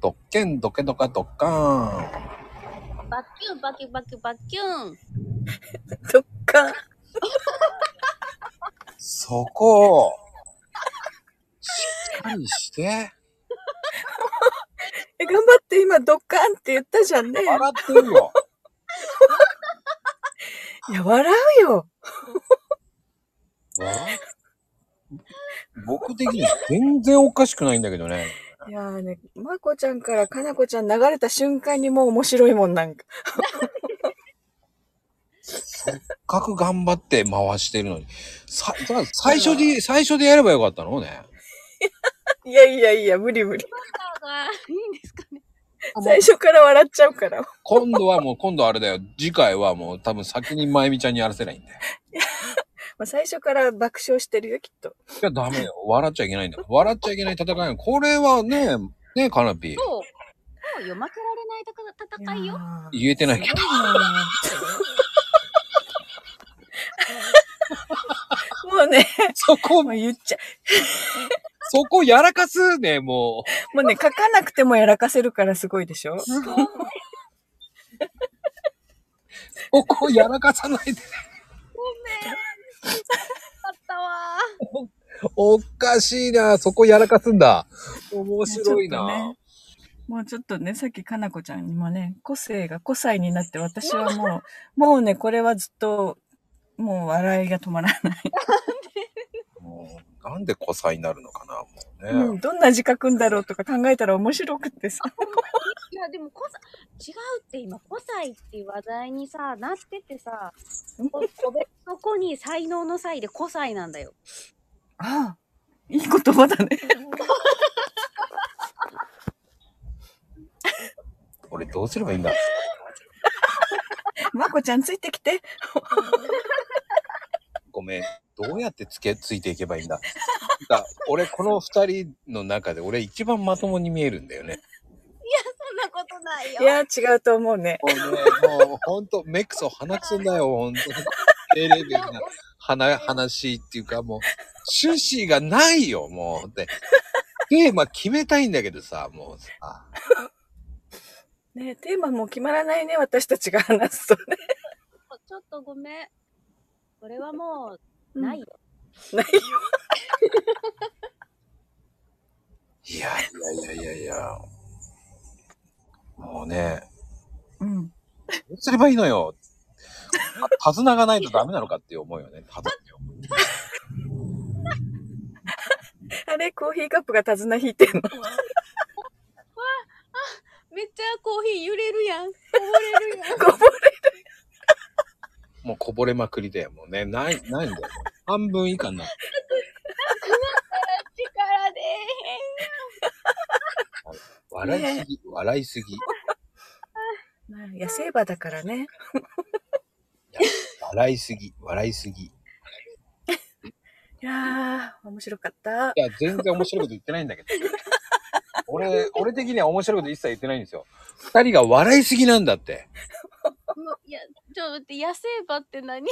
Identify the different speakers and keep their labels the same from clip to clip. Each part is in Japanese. Speaker 1: ドッケンドケドカドッカーン。
Speaker 2: バッキュン、バキュン、バキュン、バキュン。
Speaker 3: どっか。
Speaker 1: そこを、しっかりして、
Speaker 3: え、頑張って今、ドッカンって言ったじゃんね。
Speaker 1: 笑ってるよ。
Speaker 3: いや、笑うよ。
Speaker 1: 笑僕的に全然おかしくないんだけどね。
Speaker 3: いやーね、まこちゃんからかなこちゃん流れた瞬間にもう面白いもんなんか。
Speaker 1: せっかく頑張って回してるのに。さ、だから最初で、最初でやればよかったのね。
Speaker 3: いやいやいや、無理無理。
Speaker 2: あーいいんですかね。
Speaker 3: 最初から笑っちゃうから。
Speaker 1: 今度はもう、今度あれだよ。次回はもう多分先にまゆみちゃんにやらせないいんだよ。
Speaker 3: まあ、最初から爆笑してるよ、きっと。
Speaker 1: いや、ダメよ。笑っちゃいけないんだよ。笑っちゃいけない戦いなの。これはね、ね、カナピー。
Speaker 2: そう。そうよ、負けられない戦戦いよ。
Speaker 3: やー
Speaker 1: 言えてないけ
Speaker 3: す
Speaker 1: ど。
Speaker 3: ごいなーもうね、
Speaker 1: そこ
Speaker 3: も、う言っちゃ
Speaker 1: そこやらかすね、もう。
Speaker 3: う。もうね、書かなくてもやらかせるからすごいでしょ
Speaker 1: ここやらかさないで。
Speaker 2: ごめん。あったわ
Speaker 1: おかしいな。そこやらかすんだ。面白いな。
Speaker 3: もうちょっとね、もうちょっとねさっきかなこちゃんにもね、個性が5歳になって私はもう、 もうね、これはずっと、もう笑いが止まらない。
Speaker 1: もうなんで5歳になるのかな、もうね。
Speaker 3: うん、どんな字書くんだろうとか考えたら面白くってさ。
Speaker 2: いや、でも、こさ、違うって今、5歳っていう話題にさ、なっててさ、こ個別の子に才能の際で5歳なんだよ。
Speaker 3: ああ、いい言葉だね。
Speaker 1: 俺どうすればいいんだ。
Speaker 3: まこちゃんついてきて。
Speaker 1: ごめん。どうやってつけ、ついていけばいいんだ。だ俺、この二人の中で、俺一番まともに見えるんだよね。
Speaker 2: そんなことないよ。
Speaker 3: いや、違うと思うね。
Speaker 1: もうね、もう、ほんと、目くそ鼻くそだよ、ほんとに。低レベルな、鼻、話っていうか、もう、趣旨がないよ、もう。で、テーマ決めたいんだけどさ、もうさ。
Speaker 3: ねテーマも決まらないね、私たちが話すとね。
Speaker 2: ちょっとごめん。これはもう、ないよ。
Speaker 3: ないよ。
Speaker 1: いや、いやいやいやいや。もうね、
Speaker 3: うん。
Speaker 1: どうすればいいのよ。手綱がないとダメなのかっていう思うよね。手綱って思う
Speaker 3: あれ、コーヒーカップが手綱引いてん の。
Speaker 2: めっちゃコーヒー揺れるやん。こぼれるやん。
Speaker 3: こぼ
Speaker 1: もうこぼれまくりだよ。もうね、ない、ないんだよ。半分以下になる。
Speaker 2: 力で
Speaker 1: 笑いすぎ、笑いすぎ、
Speaker 3: れいや、セーバーだからね。
Speaker 1: 笑いすぎ、笑いすぎ。い
Speaker 3: いやー、面白かった。
Speaker 1: や、全然面白いこと言ってないんだけど。俺、俺的には面白いこと一切言ってないんですよ。二人が笑いすぎなんだって。
Speaker 2: へん。もういや、ちょっと待って、野生馬って何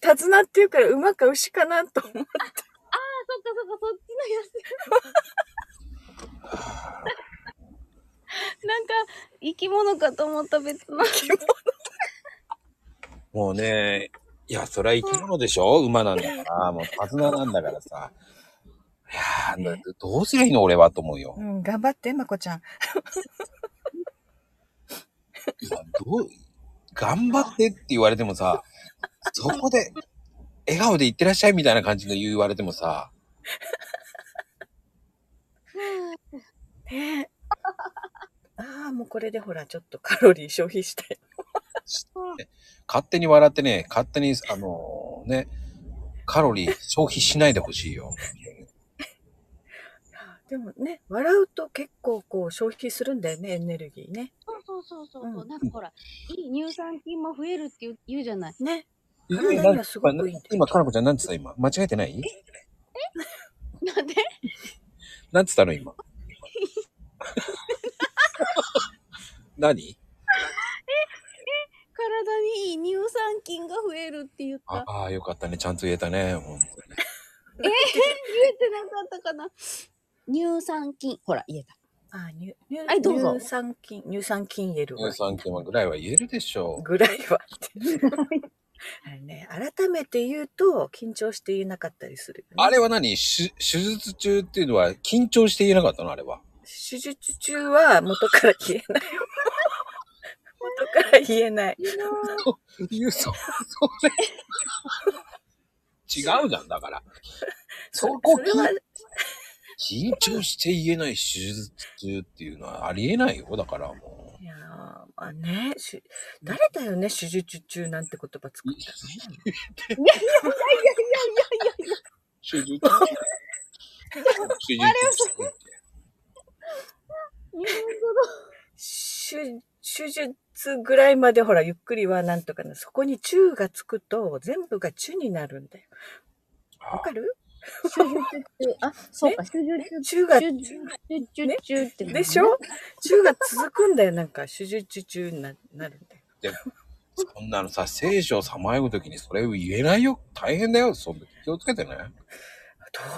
Speaker 3: 手綱っていうから馬か牛かなと思
Speaker 2: あ、そ
Speaker 3: う。
Speaker 2: っかそっか、そっちの痩せ。 なんか、生き物かと思った別の。
Speaker 1: もうね、いや、そりゃ生き物でしょ馬なんだから、もう手綱なんだからさ。いやー、どうすりゃいいの俺はと思うよ
Speaker 3: う。ん、頑張って、まこちゃん。
Speaker 1: いや、どう、頑張ってって言われてもさ、そこで、笑顔で言ってらっしゃいみたいな感じで言われてもさ、
Speaker 3: ねえ。ああ、もうこれでほら、ちょっとカロリー消費して。
Speaker 1: 勝手に笑ってね、勝手に、あのね、カロリー消費しないでほしいよ。
Speaker 3: でもね、笑うと結構こう消費するんだよね、エネルギーね。
Speaker 2: そうそうそうそうう。
Speaker 3: ん
Speaker 2: なんかほら、いい乳酸菌も増えるって言う言うじゃない。
Speaker 3: ね。体にはすごくいいんだよ
Speaker 1: 今、かなこちゃん、なんつった今間違えてない
Speaker 2: なんで
Speaker 1: なんつったの 今。何
Speaker 2: 体にいい乳酸菌が増えるって言った。
Speaker 1: ああ、よかったね。ちゃんと言えたね。ほんとに
Speaker 2: えー、言えてなかったかな。乳酸菌。ほら、言えた。
Speaker 3: あ、乳、乳
Speaker 2: はいどうぞ
Speaker 3: 乳酸菌、乳酸菌言えるわ
Speaker 1: 乳酸菌はぐらいは言えるでしょ
Speaker 3: ぐらいは。 あれね、改めて言うと、緊張して言えなかったりするよね、
Speaker 1: う。あれは何し手術中っていうのは緊張して言えなかったのあれは。
Speaker 3: 手術中は元から言えない。元から言えない。
Speaker 1: うそ、それ。違うじゃん、だから。そこ
Speaker 3: それは、
Speaker 1: 緊張して言えない手術中っていうのはありえないよ、だからも
Speaker 3: いやーまあね、し誰だよね、手術中なんて言葉作ったのね。
Speaker 1: う。手 術中。手術中って。
Speaker 3: 手手術ぐらいまでほら、ゆっくりはなんとかな。そこに中がつくと、全部が中になるんだよ。わかる
Speaker 2: 手術中、あ、そうか、手術
Speaker 3: 中が、
Speaker 2: 中、手術中ってことね
Speaker 3: でしょ中が続くんだよ、なんか。手術中にななるんだよ。
Speaker 1: そんなのさ、聖書をさまようときにそれを言えないよ。大変だよ。そんな気をつけてね。
Speaker 3: ど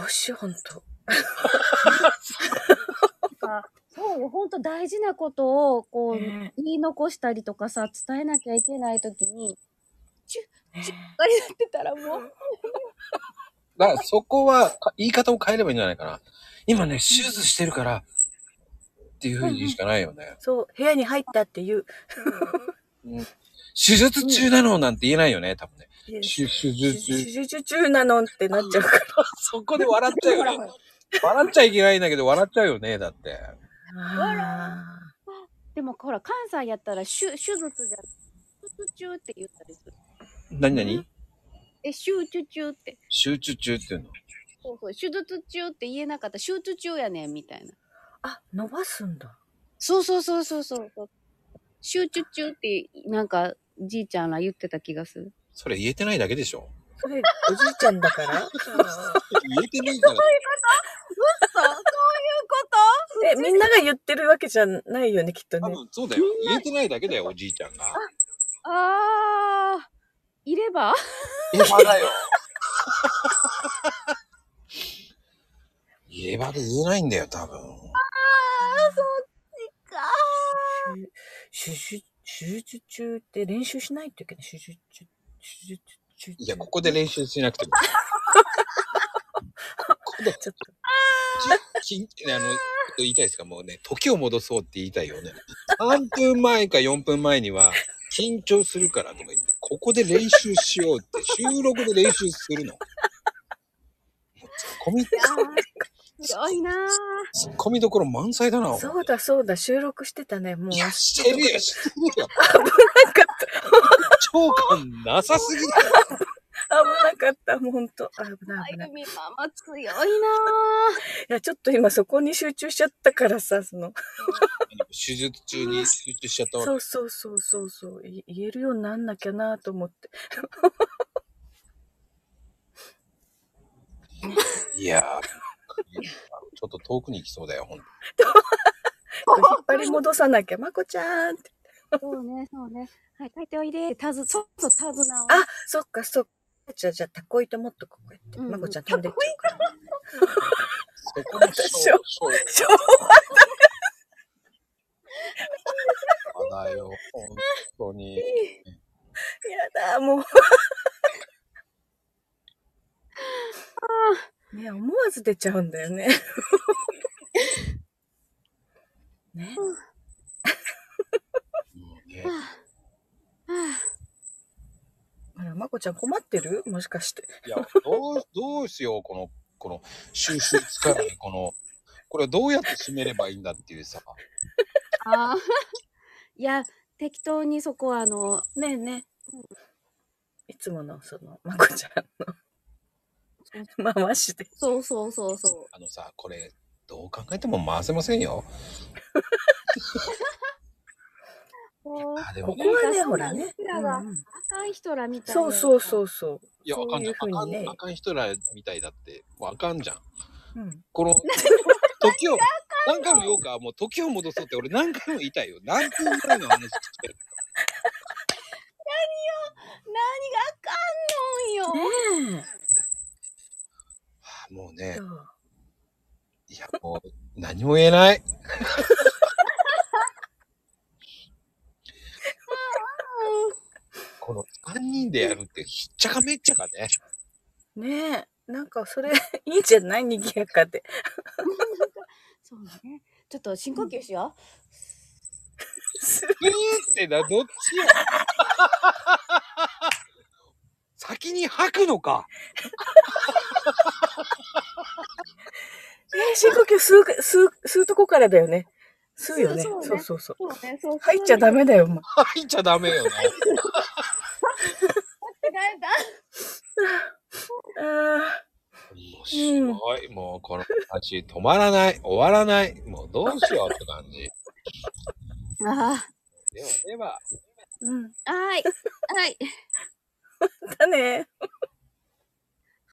Speaker 3: うしよう、ほんと。
Speaker 2: なんかそうよ、ほんと大事なことを、こう、
Speaker 3: ね
Speaker 2: 言い残したりとかさ、伝えなきゃいけないときに、
Speaker 3: ね
Speaker 2: あれやってたらもう、
Speaker 1: だからそこはか言い方を変えればいいんじゃないかな。今ね、手術してるから、っていうふうに言うしかないよね。
Speaker 3: そう、部屋に入ったっていう。
Speaker 1: 手術中なのなんて言えないよね、多分ね。
Speaker 3: 手
Speaker 1: 手手術中。
Speaker 3: 術中なのってなっちゃうから。
Speaker 1: そこで笑っちゃう よね。笑っちゃいけないんだけど、笑っちゃうよね、だって。
Speaker 3: あ
Speaker 2: でもほら、関西やったら、手手術じゃなくて、手術中って言ったりする。
Speaker 1: 何何
Speaker 2: え、手術中って。
Speaker 1: 集中中っていうの。
Speaker 2: そうそう、手術中って言えなかった。手術中やねん、みたいな。
Speaker 3: ーあ、伸ばすんだ。
Speaker 2: そうそうそうそうそうそう。手術中って、なんか、じいちゃんら言ってた気がす る。
Speaker 1: それ言えてないだけでしょ。
Speaker 3: それ、おじいちゃんだ か ら
Speaker 1: 言えてないから。
Speaker 2: そう、そういうこと
Speaker 3: え、みんなが言ってるわけじゃないよね、きっと
Speaker 1: 多
Speaker 3: ね。
Speaker 1: 分そうだよ。言えてないだけだよ、おじいちゃんが。
Speaker 2: ああ、いれば
Speaker 1: エヴァだよ。エヴァで 言えないんだよ、多分。
Speaker 3: 手術、手術中って練習しないといけない。手術中、手術中って。
Speaker 1: いや、ここで練習しなくても。 ここで、
Speaker 3: ちょっと。
Speaker 1: ききあの、言いたいですかもうね、時を戻そうって言いたいよね。3分前か4分前には、緊張するからとか言って、ここで練習しようって、収録で練習するの。もうツッコミ、
Speaker 2: いやー、ひどいなー。
Speaker 1: ツッコミどころ満載だな、お前
Speaker 3: そうだそうだ、収録してたね、もう。
Speaker 1: い
Speaker 3: 危な
Speaker 1: や、してる よ、してるよ。
Speaker 3: かっ
Speaker 1: 超感なさすぎだよ。
Speaker 3: た。危なかった、もうほんと。危ない
Speaker 2: あ
Speaker 3: 危ない。
Speaker 2: ゆ
Speaker 3: い
Speaker 2: みママ強いなー。
Speaker 3: や、ちょっと今そこに集中しちゃったからさ、その。
Speaker 1: 手術中に集中しちゃったわけ
Speaker 3: そうそうそうそうそう。い言えるようになんなきゃなと思 って。
Speaker 1: いやー、ちょっと遠くに行きそうだよ、ほんと。
Speaker 3: 引っ張り戻さなきゃ、まこちゃんって。
Speaker 2: そうね、そうね。はい、帰っておいで。たず、そうそう、たずなを。
Speaker 3: あ、そっかそっか。じゃあ、じゃあ、たこ糸持っとこうやって。
Speaker 2: うん
Speaker 3: まこちゃん飛んでっちゃうから。
Speaker 1: そこの
Speaker 3: しょ
Speaker 1: 昭
Speaker 3: しょ
Speaker 1: 和だよ、本当に。
Speaker 3: やだ、もう。ね思わず出ちゃうんだよね。ね、
Speaker 1: もうね
Speaker 2: は、あは
Speaker 3: あら、まこちゃん困ってるもしかして。
Speaker 1: いや、どう、どうしよう、この、この、収集つかない、この、これどうやって締めればいいんだっていうさ。
Speaker 2: ああー。 いや、適当にそこは、あの、
Speaker 3: ねえねえ。いつもの、その、まこちゃんの、回しで。
Speaker 2: そうそうそうそ
Speaker 1: あのさ、これ、どう考えても回せませんよ。
Speaker 2: う。こう
Speaker 1: あ、で
Speaker 3: こ
Speaker 1: も
Speaker 3: こ、はね、ほらね。うんうん
Speaker 2: 赤い人らみたいな。
Speaker 3: そうそう
Speaker 2: う。
Speaker 3: そうそう。
Speaker 1: いや、あかんじゃん。あか
Speaker 3: そういうふう
Speaker 1: ん、
Speaker 3: にね
Speaker 1: あかん人らみたいだって、もうあかんじゃん。
Speaker 3: うん
Speaker 1: こ の、時を、何回も言おうか、もう時を戻そうって俺何回も言いたいよ。何分ぐらいの話聞きたい。
Speaker 2: 何があかんのんよ。
Speaker 3: ねえ
Speaker 1: もうね
Speaker 3: そ、う。
Speaker 1: いや、もう、何も言え ない。この3人でやるって、ひっちゃかめっちゃかね。
Speaker 3: ねえ、なんかそれ いいんじゃない賑やかで。
Speaker 2: そうね。ちょっと深呼吸しよ
Speaker 1: うーってな、どっちや。 先に吐くのか。
Speaker 3: 深呼吸吸うか、吸う、吸うとこからだよね。吸うよね。
Speaker 2: そうそう
Speaker 3: そう
Speaker 2: ね
Speaker 3: そうそう。
Speaker 2: う。そうね、そう。
Speaker 3: 入っちゃ ダメだよ、もう。
Speaker 1: 吐いちゃダメよね。
Speaker 3: あ
Speaker 1: 面白い。もうこの話止まらない。終わらない。もうどうしようって感じ。
Speaker 2: あ
Speaker 1: ではでは。
Speaker 3: ーうん。
Speaker 2: あ、はい。はい。
Speaker 3: だね。